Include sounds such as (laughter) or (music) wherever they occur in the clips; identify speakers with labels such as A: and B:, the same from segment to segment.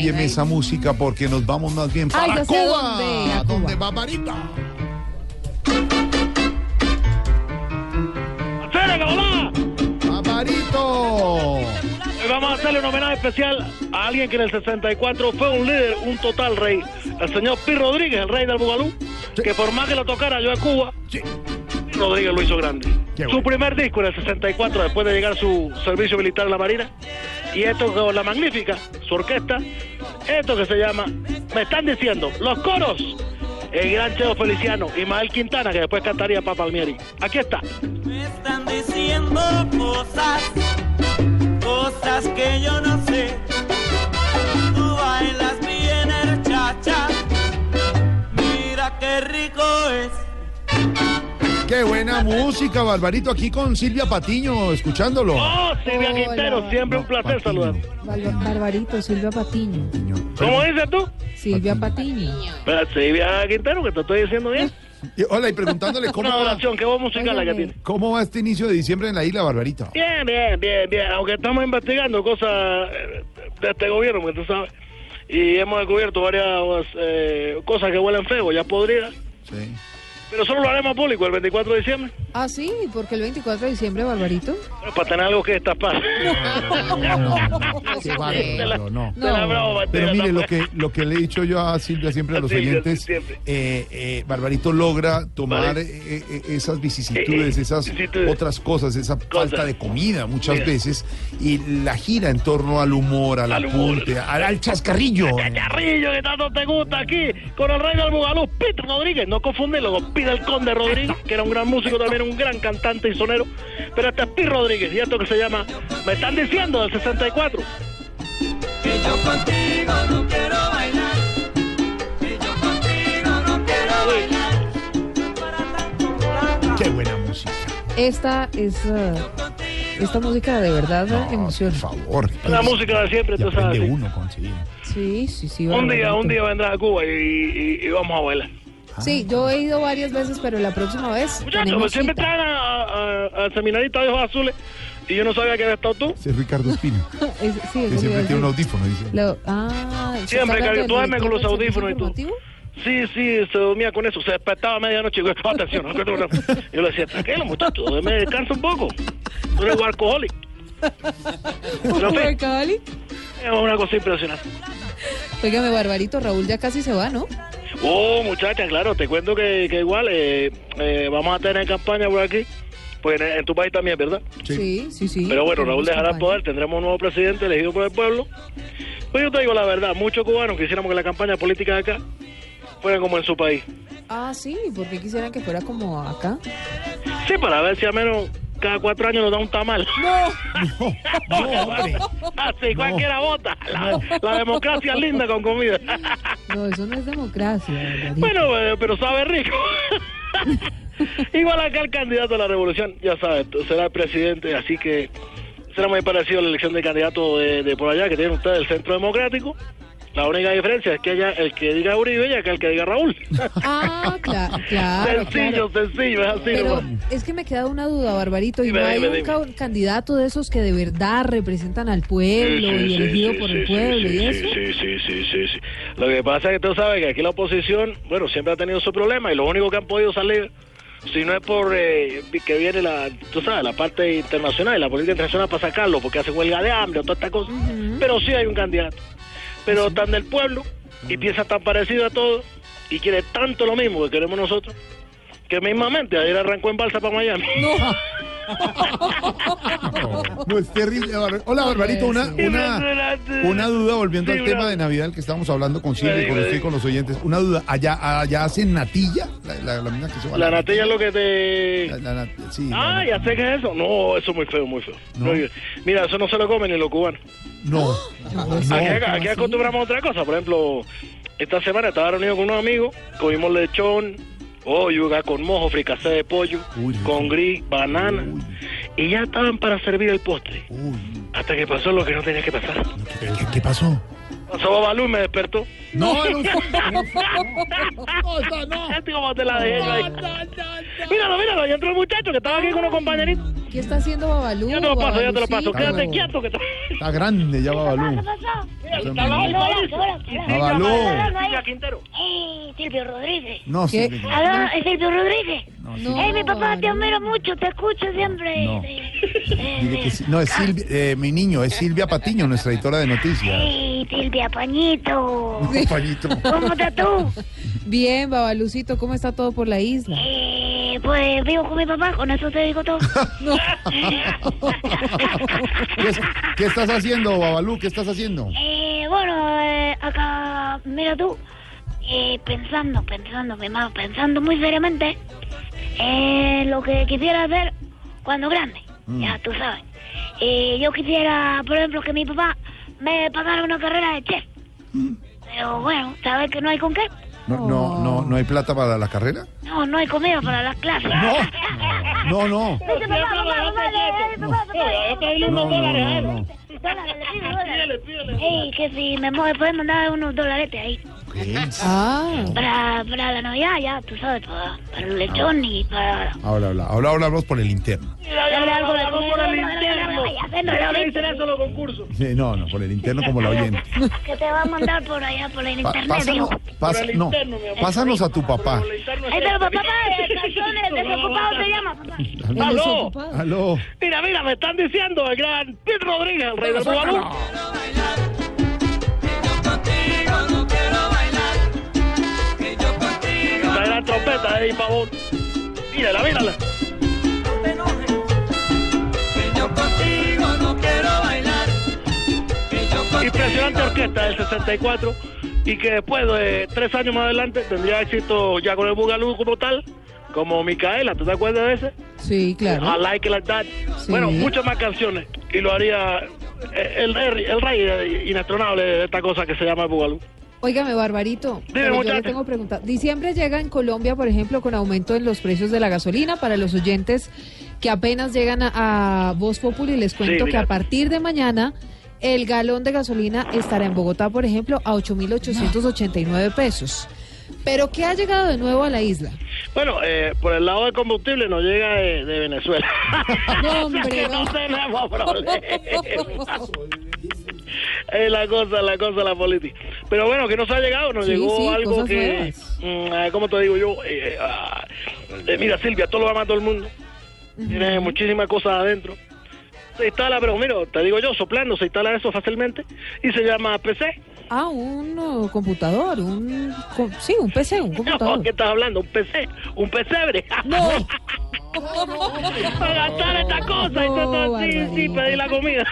A: en esa música porque nos vamos más bien para
B: Ay, ya sé
A: Cuba,
B: a dónde, a Cuba.
A: donde va Marita.
C: ¡Cero, hola!
A: Barbarito.
C: Hoy Eh, vamos a hacerle un homenaje especial a alguien que en el 64 fue un líder, un total rey. El señor Pi Rodríguez, el rey del Bugalú, que por más que lo tocara yo a Cuba,
A: Sí.
C: Pi Rodríguez lo hizo grande.
A: Qué bueno.
C: Su primer disco en el 64, después de llegar su servicio militar en la Marina, y esto con la magnífica, su orquesta, esto que se llama, me están diciendo, los coros, el gran Cheo Feliciano, Ismael Quintana, que después cantaría Papa Palmieri. Aquí está.
D: Me están diciendo cosas, cosas que yo no sé. Tú bailas bien el cha-cha, mira qué rico es.
A: Qué buena música, Barbarito, aquí con Silvia Patiño, escuchándolo.
C: ¡Oh, Silvia
B: Hola.
C: Quintero! Siempre un placer
A: Patiño.
C: saludar.
B: Barba- Barbarito, Silvia Patiño.
A: Patiño.
C: ¿Cómo dices tú?
B: Silvia Patiño.
C: Espera, Silvia Quintero, que te estoy diciendo bien.
A: Y, hola, y
C: (laughs)
A: preguntándole cómo
C: Una
A: va,
C: oración, que voz musical la que
B: Óyeme.
C: tiene.
A: cómo va este inicio de diciembre en la isla, Barbarito.
C: Bien, bien, bien, bien. Aunque estamos investigando cosas eh, de este gobierno, porque tú sabes. Y hemos descubierto varias eh, cosas que huelen feo, ya podridas.
A: Sí.
C: Pero solo lo haremos público el 24 de diciembre.
B: Ah, sí, porque el 24 de diciembre, Barbarito.
C: eh, Para tener algo que destapar.
A: (laughs) Qué bárbaro, no.
C: (laughs) De la brava, de
A: Pero
C: la
A: mire,
C: brava.
A: lo que, lo que le he dicho yo a Silvia siempre a los
C: Sí, sí,
A: oyentes,
C: siempre.
A: eh, eh, Barbarito logra tomar
C: Vale.
A: eh, eh, esas vicisitudes,
C: Eh, eh,
A: esas
C: vicisitudes.
A: otras cosas, esa
C: Cosas.
A: falta de comida muchas
C: Mira.
A: veces, y la gira en torno al humor, al
C: Al humor.
A: apunte, al, al chascarrillo.
C: Chicharrillo, que tanto te gusta aquí, con el rey del Bugalú, Peter Rodríguez. No confundirlo con Pete el Conde Rodríguez, que era un gran músico, también un gran cantante y sonero. Pero este es Pete Rodríguez, y esto que se llama, me están diciendo, del 64.
D: Que yo contigo no quiero bailar, que yo contigo no quiero bailar. Para tanto, para tanto.
A: Qué buena música.
B: Esta es. eh, esta música de verdad
A: No,
B: eh,
A: por
B: emociona.
A: favor.
C: La música de siempre,
A: Y
C: tú sabes.
A: aprende
C: sí.
A: uno, conseguir.
B: Sí, sí, sí.
C: Un día,
B: Barbarito.
C: un día vendrás a Cuba y, y- y vamos a bailar.
A: Ah.
B: Sí, yo he ido varias veces, pero la próxima vez.
C: Muchachos,
B: tenemos
C: pues siempre
B: cita.
C: traen a- a- a- al seminarista de ojos azules y yo no sabía que había estado tú.
A: Ese es Ricardo Espina,
B: (laughs) Es- sí,
A: que
B: es
A: siempre
B: obvio,
A: tiene un
B: sí.
A: audífono, dice. (laughs)
B: Lo- ah, ¿se
C: Siempre,
B: está hablando
C: Cayo,
B: del
C: tú duermes con los
B: director del
C: audífonos y tú.
B: informativo?
C: Sí, sí, se dormía con eso. Se despertaba a medianoche y yo, (laughs) atención, yo le decía, tranquilo, muchacho, me descansa un poco. Tú eres un alcohólico.
B: (laughs)
C: Pero, en fin,
B: Huercabali.
C: es una cosa impresionante.
B: Óigame, Barbarito, Raúl ya casi se va, ¿no?
C: Oh, muchacha, claro, te cuento que, que igual eh, eh, vamos a tener campaña por aquí. Pues en, en tu país también, ¿verdad?
B: Sí, sí, sí.
C: Pero bueno, Raúl
B: Tenemos
C: dejará el
B: campaña.
C: poder, tendremos un nuevo presidente elegido por el pueblo. Pues yo te digo la verdad, muchos cubanos quisiéramos que la campaña política de acá fuera como en su país.
B: Ah, sí, porque quisieran que fuera como acá.
C: Sí, para ver si al menos cada cuatro años nos da un tamal. (laughs) Así cualquiera vota. La, la democracia es linda
B: (laughs)
C: con comida.
B: No, eso no es democracia, Barbarito.
C: bueno, eh, pero sabe rico. (laughs) Igual acá el candidato a la revolución, ya sabes, será el presidente, así que será muy parecido a la elección de candidato de, de por allá que tiene usted el Centro Democrático. La única diferencia es que allá el que diga Uribe y acá el que diga Raúl.
B: Ah, cla- claro.
C: (laughs) sencillo,
B: claro.
C: sencillo, es así.
B: Pero
C: nomás.
B: es que me queda una duda, Barbarito, y
C: Dime,
B: no hay
C: dime,
B: un
C: dime.
B: ca- candidato de esos que de verdad representan al pueblo
C: Sí, sí,
B: y
C: sí,
B: elegido
C: sí,
B: por
C: sí,
B: el
C: sí,
B: pueblo
C: sí,
B: y
C: sí,
B: eso.
C: Sí, sí, sí, sí, sí. Lo que pasa es que tú sabes que aquí la oposición, bueno, siempre ha tenido su problema y lo único que han podido salir, si no es por eh, que viene la, tú sabes, la parte internacional, la política internacional para sacarlo, porque hace huelga de hambre o toda esta cosa, pero sí hay un candidato. Pero tan del pueblo y piensa tan parecido a todo y quiere tanto lo mismo que queremos nosotros, que mismamente ayer arrancó en balsa para Miami.
A: No, es terrible. Bar- Hola, Barbarito, una, una,
C: Impresionante.
A: una duda volviendo
C: Sí,
A: al
C: bravo.
A: tema de Navidad el que estábamos hablando con Silvia y
C: Sí,
A: con usted y
C: sí.
A: con los oyentes. Una duda, allá, allá hacen natilla, la, la, la mina que se va a
C: La natilla es lo que te...
A: La- la nat- sí, la
C: Ah,
A: nat-
C: ya sé que es eso. No, eso es muy feo, muy feo.
A: No.
C: No, yo- Mira, eso no se lo comen ni los cubanos.
A: No.
C: Ah,
A: no.
C: Aquí, aquí acostumbramos a otra cosa. Por ejemplo, esta semana estaba reunido con unos amigos, comimos lechón, hoyuga con mojo, fricasé de pollo,
A: Uy, no.
C: con gris, banana.
A: Uy.
C: Y ya estaban para servir el postre.
A: Uy,
C: Hasta que pasó lo que no tenía que pasar.
A: ¿qué, qué- qué pasó?
C: Pasó Babalú y me despertó.
A: No, no, no, no, esta no.
C: Ya, tío, como te la dejé yo ahí. Míralo, míralo, ya entró el muchacho que estaba aquí con unos compañeritos.
B: ¿Qué está haciendo Babalú?
C: Ya te lo paso, ya te lo paso.
B: Babalucito?
C: Quédate quieto que está.
A: Está grande ya Babalú.
C: Mira, está al lado del Mauricio.
A: Babalú.
C: Silvia Quintero.
E: ¡Ey, Eh, Silvio Rodríguez!
A: No,
B: ¿Qué?
A: sí,
E: ¿Aló, es Silvio Rodríguez?
B: No,
E: ¡Ey, mi papá, te
B: Babalú.
E: admiro mucho! Te escucho siempre.
A: No.
E: Eh,
A: dile que
E: eh,
A: sí. No, es Silvia, eh, mi niño, es Silvia Patiño, nuestra editora de noticias.
E: ¡Ey, eh, Silvia Pañito!
A: Pañito.
E: ¿Cómo estás tú?
B: Bien, Babalucito, ¿cómo está todo por la isla?
E: Eh, pues vivo con mi papá, con eso te
A: (laughs)
E: digo todo. (laughs)
B: No.
A: ¿Qué, es- qué estás haciendo, Babalú? ¿Qué estás haciendo?
E: Eh, bueno, eh, acá, mira tú, eh, pensando, pensando, mi hermano, pensando muy seriamente eh, lo que quisiera hacer cuando grande,
A: Mm.
E: ya tú sabes. Eh, yo quisiera, por ejemplo, que mi papá me pagara una carrera de chef.
A: Mm.
E: Pero bueno, sabes que no hay con qué.
A: No, no, no, no hay plata para la carrera.
E: No, no hay comida para las clases. (laughs)
A: No, no.
E: Vete, papá, papá, papá, vete, papá, papá.
C: Yo te di
A: No,
C: unos
A: no,
C: dólares
A: no,
C: a él.
A: no.
E: Dólares, sí,
C: (laughs) Pídele,
E: dólares.
C: pídele.
E: Ey, que si me mo- pueden mandar unos dolaretes ahí.
A: ¿Qué?
B: Ah,
E: Para, para la Navidad, ya, tú sabes, para, para el lechón y para...
A: Ahora, habla- ahora hablamos por el interno.
C: Mira, ya
E: Dale
C: lo
E: algo de
C: hablamos por el
E: dinero, dale, dale,
C: interno.
E: dale, dale, dale,
C: Ya
E: dale.
C: le dicen eso a los concursos.
A: Sí, No, no, por el interno como la oyente.
E: Que te va a mandar por allá, por el
A: Pa-
E: internet,
A: pásanos,
E: digo.
A: pas-
C: Por el
A: no,
C: interno, mi amor.
A: pásanos a tu papá.
C: Por el interno es
E: Ahí está,
C: esto. (laughs)
E: papá, papá, de calzones desocupados te llama, papá.
B: el
C: Aló.
B: desocupado.
A: Aló.
C: Mira, mira, me están diciendo el gran Pete Rodríguez, el rey del Bugalú.
D: quiero bailar, que yo contigo no quiero bailar, que yo contigo
C: La gran trompeta de Eddie Pavón. Mírala, mírala.
D: no te enojes, que yo contigo no quiero bailar, que yo contigo
C: Impresionante orquesta del 64 y que después de tres años más adelante tendría éxito ya con el Bugalú como tal, como Micaela, ¿tú te acuerdas de ese?
B: Sí,
C: I
B: claro.
C: like it like that. Bueno, muchas más canciones y lo haría eh, el, el, el rey inastronable de esta cosa que se llama el Bugalú.
B: Óigame, Barbarito, pero yo le
C: muchacha.
B: tengo pregunta. Diciembre llega en Colombia, por ejemplo, con aumento en los precios de la gasolina para los oyentes que apenas llegan a, a Voz Populi. Les cuento que
C: diga.
B: a partir de mañana el galón de gasolina estará en Bogotá, por ejemplo, a 8.889 pesos. Pero ¿qué ha llegado de nuevo a la isla?
C: Bueno, eh, por el lado del combustible nos llega de, de Venezuela. (laughs)
B: No,
C: O sea
B: hombre,
C: que no
B: no. (laughs)
C: tenemos problema. Es la cosa, la cosa, la política. Pero bueno, que nos ha llegado, nos
B: Sí,
C: llegó
B: sí,
C: algo
B: cosas
C: que,
B: nuevas.
C: mm, ah, ¿cómo te digo yo? Eh, ah, eh, mira, Silvia, todo lo ama todo el mundo. Tiene muchísimas cosas adentro. Se instala, pero mira, te digo yo, soplando, se instala eso fácilmente y se llama PC.
B: Ah, un uh, computador, un... com- sí, un PC, un
C: No, Oh, ¿Qué
B: computador.
C: estás hablando? Un PC, un pesebre. (laughs)
B: No,
C: para gastar esta cosa y
B: No,
C: todo así, sí,
B: barbaridad.
C: pedir la comida.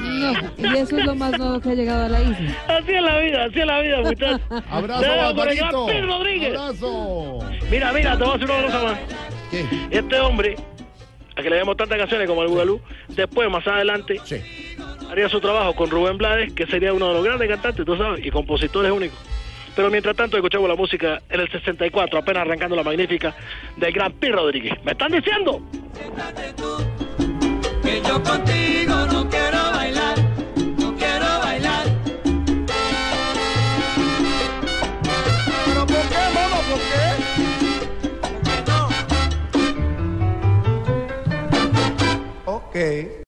C: (laughs)
B: no, y eso es lo más nuevo que ha llegado a la isla.
C: Así es la vida, así es la vida, muchachos.
A: Abrazo,
C: Dale, por el gran
A: Barbarito.
C: Pete Rodríguez.
A: Abrazo.
C: Mira, mira, te voy a decir una cosa más.
A: ¿Qué?
C: Este hombre, a que le demos tantas canciones como el Bugalú, después, más adelante,
A: Sí.
C: haría su trabajo con Rubén Blades, que sería uno de los grandes cantantes, tú sabes, y compositores únicos. Pero mientras tanto, escuchamos la música en el 64, apenas arrancando la magnífica del gran Pi Rodríguez. ¿Me están diciendo?
D: Quédate tú, que yo contigo no quiero bailar, no quiero bailar.
A: ¿Pero por qué, mamá? ¿Por qué?
D: No.
A: Ok.